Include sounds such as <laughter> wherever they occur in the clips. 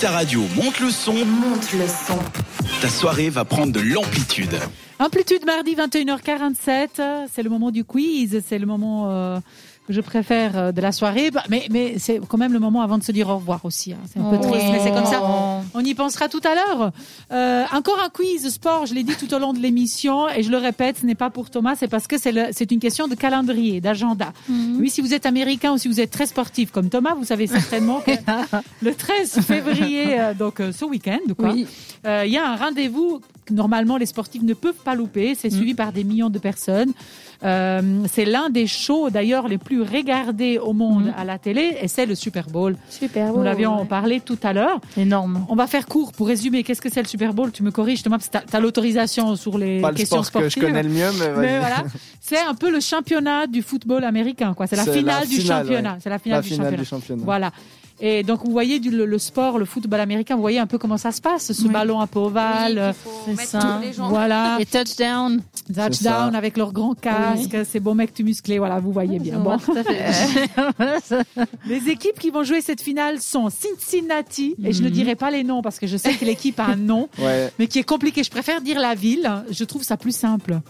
ta radio, monte le son. Monte le son. Ta soirée va prendre de l'amplitude. Amplitude mardi 21h47, c'est le moment du quiz, c'est le moment euh, que je préfère euh, de la soirée, Bah, mais, mais c'est quand même le moment avant de se dire au revoir aussi. hein. C'est un peu triste, mais c'est comme ça. On y pensera tout à l'heure. Euh, encore un quiz sport, je l'ai dit tout au long de l'émission et je le répète, ce n'est pas pour Thomas, c'est parce que c'est le- c'est une question de calendrier, d'agenda. Oui, si vous êtes américain ou si vous êtes très sportif comme Thomas, vous savez certainement que le 13 février, euh, donc euh, ce week-end, quoi, euh, il Oui. y a un rendez-vous que normalement les sportifs ne peuvent pas louper. C'est suivi par des millions de personnes. Euh, c'est l'un des shows d'ailleurs les plus regardés au monde à la télé et c'est le Super Oh. Bowl. Super. Nous ouais, l'avions Oh, ouais. parlé tout à l'heure. énorme. On va faire court pour résumer. Qu'est-ce que c'est le Super Bowl Tu me corriges, Thomas, parce que tu as l'autorisation sur les Pas le questions sport que sportives. je connais le mieux, mais, Mais vas-y. voilà, c'est un peu le championnat du football américain. quoi. C'est la C'est la finale du finale, championnat. ouais. C'est la finale <laughs> la du finale championnat. du championnat. Voilà. Et donc, vous voyez du- le, le sport, le football américain, vous voyez un peu comment ça se passe, ce Oui. ballon euh, un peu ovale. C'est ça. Voilà, Et touchdown. touchdown avec leur grand casque, ces beaux mecs tout musclés, voilà, vous voyez bien. Bon. <laughs> Les équipes qui vont jouer cette finale sont Cincinnati, et Mhm. je ne dirai pas les noms parce que je sais que l'équipe a un nom, Ouais. mais qui est compliqué. Je préfère dire la ville, je trouve ça plus simple.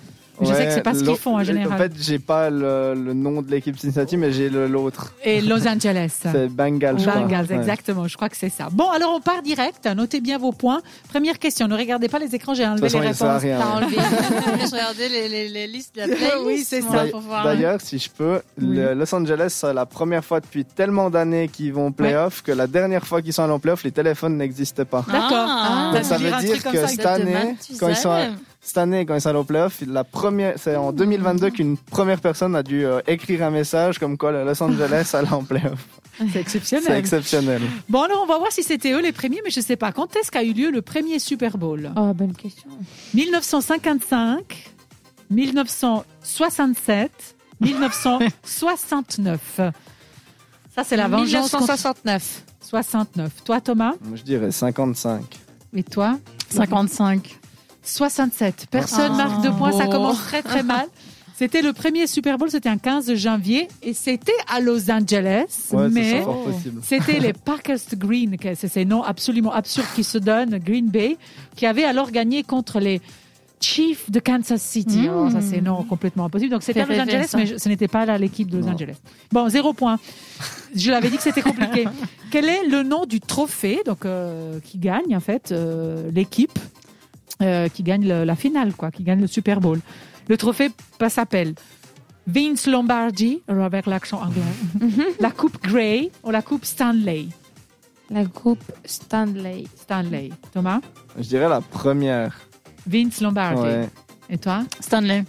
Mais Je sais que c'est pas ce qu'ils l'autre- font en En général. fait, j'ai pas le, le nom de l'équipe Cincinnati, mais j'ai le- l'autre. Et Los <laughs> Angeles. C'est Bengals. je crois. Bengals, Ouais. exactement, je crois que c'est ça. Bon, alors on part direct, notez bien vos points. Première question, ne regardez pas les écrans, j'ai De enlevé toute façon, les il sert à réponses. rien. ouais. <laughs> Je regardais les, les- les listes de la playlist. Oui, c'est moi, ça. pour voir. D'ailleurs, si je peux, le Los Angeles, c'est la première fois depuis tellement d'années qu'ils vont en playoff que la dernière fois qu'ils sont allés en playoff, les téléphones n'existaient pas. D'accord. Ah. T'as Donc, ça dû un veut truc dire comme que ça, cette exactement. année, Tu quand ils sont, à- savais. cette année, quand ils sont allés en playoff, la première, c'est en 2022 qu'une première personne a dû euh, écrire un message comme quoi le Los Angeles allait en playoff. C'est exceptionnel. C'est exceptionnel. Bon, alors on va voir si c'était eux les premiers, mais je ne sais pas. Quand est-ce qu'a eu lieu le premier Super Bowl Oh, bonne question. 1955, <laughs> 1967, 1969. Ça, c'est la vengeance. contre- 1969. 69. Toi, Thomas Je dirais 55. Et toi Oh. 55. 67. Personne Ah. marque de points, ça Bon. commence très <laughs> très mal. C'était le premier Super Bowl, c'était un 15 janvier et c'était à Los Angeles, Ouais, mais... c'est fort possible. C'était les Packers Green, que c'est ces noms absolument absurdes qui se donnent, Green Bay, qui avaient alors gagné contre les Chiefs de Kansas City. Mm. Oh, ça, c'est non complètement impossible. Donc, c'était à Fait Los rêver, Angeles, ça. mais je- ce n'était pas là l'équipe de Los Non. Angeles. Bon, zéro point. Je l'avais dit que c'était <laughs> compliqué. Quel est le nom du trophée donc, euh, qui gagne, en fait, euh, l'équipe euh, qui gagne le- la finale, quoi, qui gagne le Super Bowl Le trophée pas- s'appelle Vince Lombardi, avec l'accent Mhm. anglais, la Coupe Grey ou la Coupe Stanley. La coupe Stanley. Stanley. Thomas Je dirais la première. Vince Lombardi. Ouais. Et toi Stanley.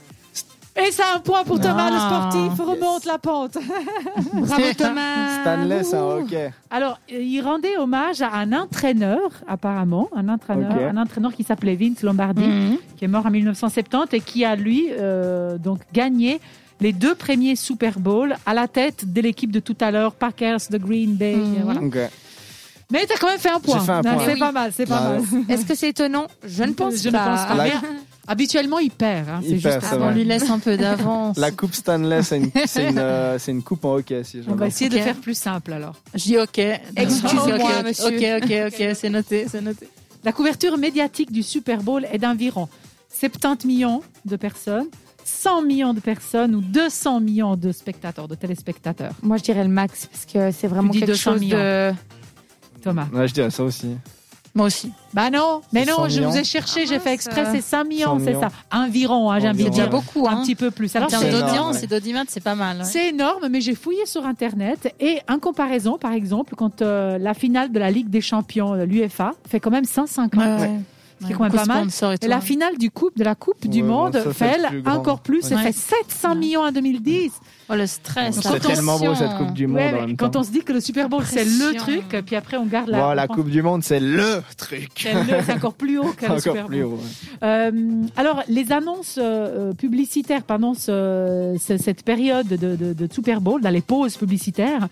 Et c'est un point pour Thomas, Ah. le sportif. Remonte la pente. Ah, <laughs> Bravo Thomas. Stanley, c'est un Wouhou. hockey. Alors, euh, il rendait hommage à un entraîneur, apparemment, un entraîneur, Ok. un entraîneur qui s'appelait Vince Lombardi, Mm. qui est mort en 1970 et qui a, lui, euh, donc gagné les deux premiers Super Bowls à la tête de l'équipe de tout à l'heure, Packers de Green Bay. Mhm. euh, voilà. Ok. Mais t'as quand même fait un point. J'ai fait un Non, point. C'est Oui. pas mal, c'est pas Ah mal. ouais. Est-ce que c'est étonnant Je ne pense Je pas. ne pense pas. La- Mais habituellement, il perd. hein, Il c'est perd, juste c'est avant On vrai. lui. lui laisse un peu d'avance. La coupe Stanley, c'est une, c'est une, euh, c'est une coupe en hockey, si On va jamais. essayer de Ok. faire plus simple alors. Je dis OK. Excusez-moi, Ok, ok, monsieur. Ok, ok, ok, c'est noté, c'est noté. La couverture médiatique du Super Bowl est d'environ 70 millions de personnes, 100 millions de personnes ou 200 millions de spectateurs, de téléspectateurs. Moi, je dirais le max parce que c'est vraiment dis quelque 200 chose millions. de. Thomas. Ouais, je dirais ça aussi. Moi aussi. Bah non, mais C'est non, 100 je vous ai millions. cherché, Ah j'ai fait mince. exprès, c'est 5 millions, 100 c'est millions. ça. Environ, hein, j'ai envie de Environ, dire. ouais. beaucoup, Un petit peu plus. En Alors, termes c'est- énorme, d'audience ouais. et d'audimètre, c'est pas mal. ouais. C'est énorme, mais j'ai fouillé sur Internet et en comparaison, par exemple, quand euh, la finale de la Ligue des Champions, euh, l'UEFA, fait quand même 150, Ouais. ce Ouais. qui est quand même pas mal. Et hein. la finale du coupe, de la Coupe du Ouais, Monde, bon, ça, fait c'est elle plus grand. encore plus. Elle Ouais. fait 700 Ouais. millions en 2010. Oh, le stress. C'était C'est tellement beau cette Coupe du Monde Ouais, en mais même quand temps. on se dit que le Super Bowl, c'est le Impression. truc, puis après, on garde la. Voilà, la on pense Coupe du Monde, c'est le truc. que C'est le- c'est encore plus haut que le Super <laughs> Encore Bowl. plus haut. ouais. Euh, alors, les annonces euh, euh, publicitaires pendant ce- ce- cette période de, de- de Super Bowl, dans les pauses publicitaires,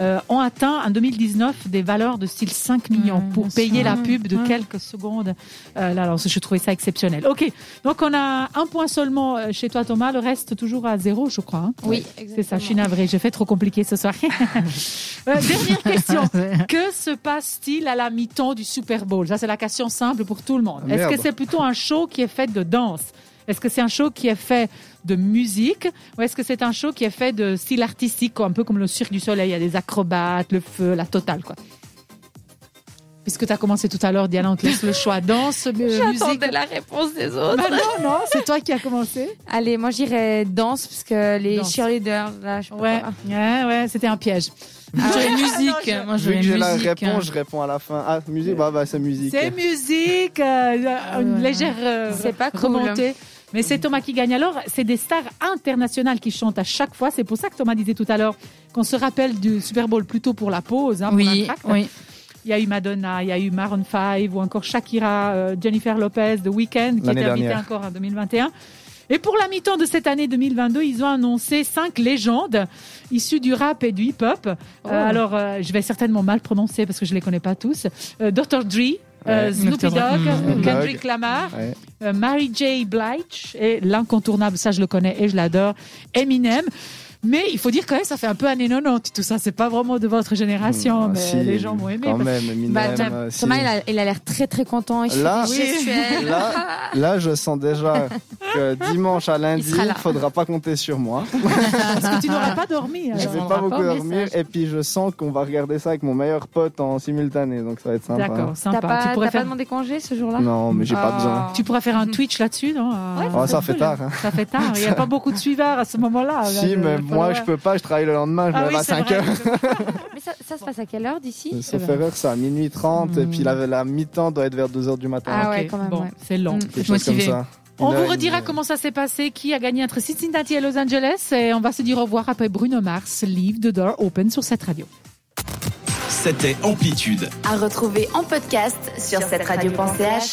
euh, ont atteint en 2019 des valeurs de style 5 millions Ouais, pour bien payer sûr. la pub de Ouais. quelques secondes. Euh, là, alors, je trouvais ça exceptionnel. OK, donc on a un point seulement euh, chez toi, Thomas. Le reste toujours à zéro, je crois. hein. Oui, C'est ça, je suis navrée. J'ai fait trop compliqué ce soir. <laughs> Euh, dernière question. Que se passe-t-il à la mi-temps du Super Bowl Ça, c'est la question simple pour tout le monde. Ah, Est-ce merde. que c'est plutôt un show qui est fait de danse Est-ce que c'est un show qui est fait de musique Ou est-ce que c'est un show qui est fait de style artistique, quoi, un peu comme le Cirque du Soleil Il y a des acrobates, le feu, la totale, quoi. Puisque tu as commencé tout à l'heure, Diana, on te laisse le choix danse, euh, musique. J'attendais la réponse des autres. Bah non, non, c'est toi qui as commencé. Allez, moi j'irais danse parce que les Danse. cheerleaders, là, je peux Ouais, pas. ouais, ouais, c'était un piège. J'aurais musique. Moi, Vu j'aurais que j'ai la musique, hein. réponse, je réponds à la fin. Ah, musique, bah, bah c'est musique. C'est musique, euh, une ouais. légère euh, C'est pas cool. remontée. Mais c'est Thomas qui gagne. Alors, c'est des stars internationales qui chantent à chaque fois. C'est pour ça que Thomas disait tout à l'heure qu'on se rappelle du Super Bowl plutôt pour la pause. hein, pour Oui, l'impact. oui. Il y a eu Madonna, il y a eu Maroon 5 ou encore Shakira, euh, Jennifer Lopez, The Weeknd qui L'année était invité dernière. encore en 2021. Et pour la mi-temps de cette année 2022, ils ont annoncé cinq légendes issues du rap et du hip-hop. Euh, alors, euh, je vais certainement mal prononcer parce que je les connais pas tous. Euh, Dr. Dre, euh, Ouais. Mmh. Snoopy Dr. Dogg, Dogg. Kendrick Lamar, Ouais. euh, Mary J. Blige et l'incontournable, ça je le connais et je l'adore, Eminem. Mais il faut dire quand même, ça fait un peu années 90, tout ça. C'est pas vraiment de votre génération, Ah, mais si, les gens vont aimer. Quand même, Eminem, Bah, t'as- euh, si. Thomas, il a- il a l'air très très content. Il Là, fait des <laughs> gestuels. Là, là, je sens déjà que dimanche à lundi, sera il là. faudra pas compter sur moi. Parce que tu Ah. n'auras pas dormi. Je alors. vais rendra pas pas beaucoup au dormir et puis je sens qu'on va regarder ça avec mon meilleur pote en simultané, donc ça va être sympa. D'accord, sympa. T'as pas, tu, t'as pourrais pas faire... demandé congé ce jour-là Non, mais j'ai pas Ah. besoin. tu pourras faire un Twitch là-dessus, non Euh, Ouais, Oh, ça fait cool. tard. hein. Ça fait tard. Il n'y a pas beaucoup de suiveurs à ce moment-là. <laughs> Si, mais moi je peux pas, je travaille le lendemain, je Ah me oui, lève à c'est 5 vrai. heures. Mais ça, ça se passe à quelle heure d'ici Ça ben. fait rire, c'est à minuit 30 et puis la, la mi-temps doit être vers 2 heures du matin. Ah Ok, ouais, quand même, bon, ouais. c'est long. Mm. Quelque chose comme motivée. ça. Une On heure et vous redira demie. comment ça s'est passé, qui a gagné entre Cincinnati et Los Angeles, et on va se dire au revoir après Bruno Mars, Leave the Door Open sur cette radio. C'était Amplitude. À retrouver en podcast sur cette radio.ch.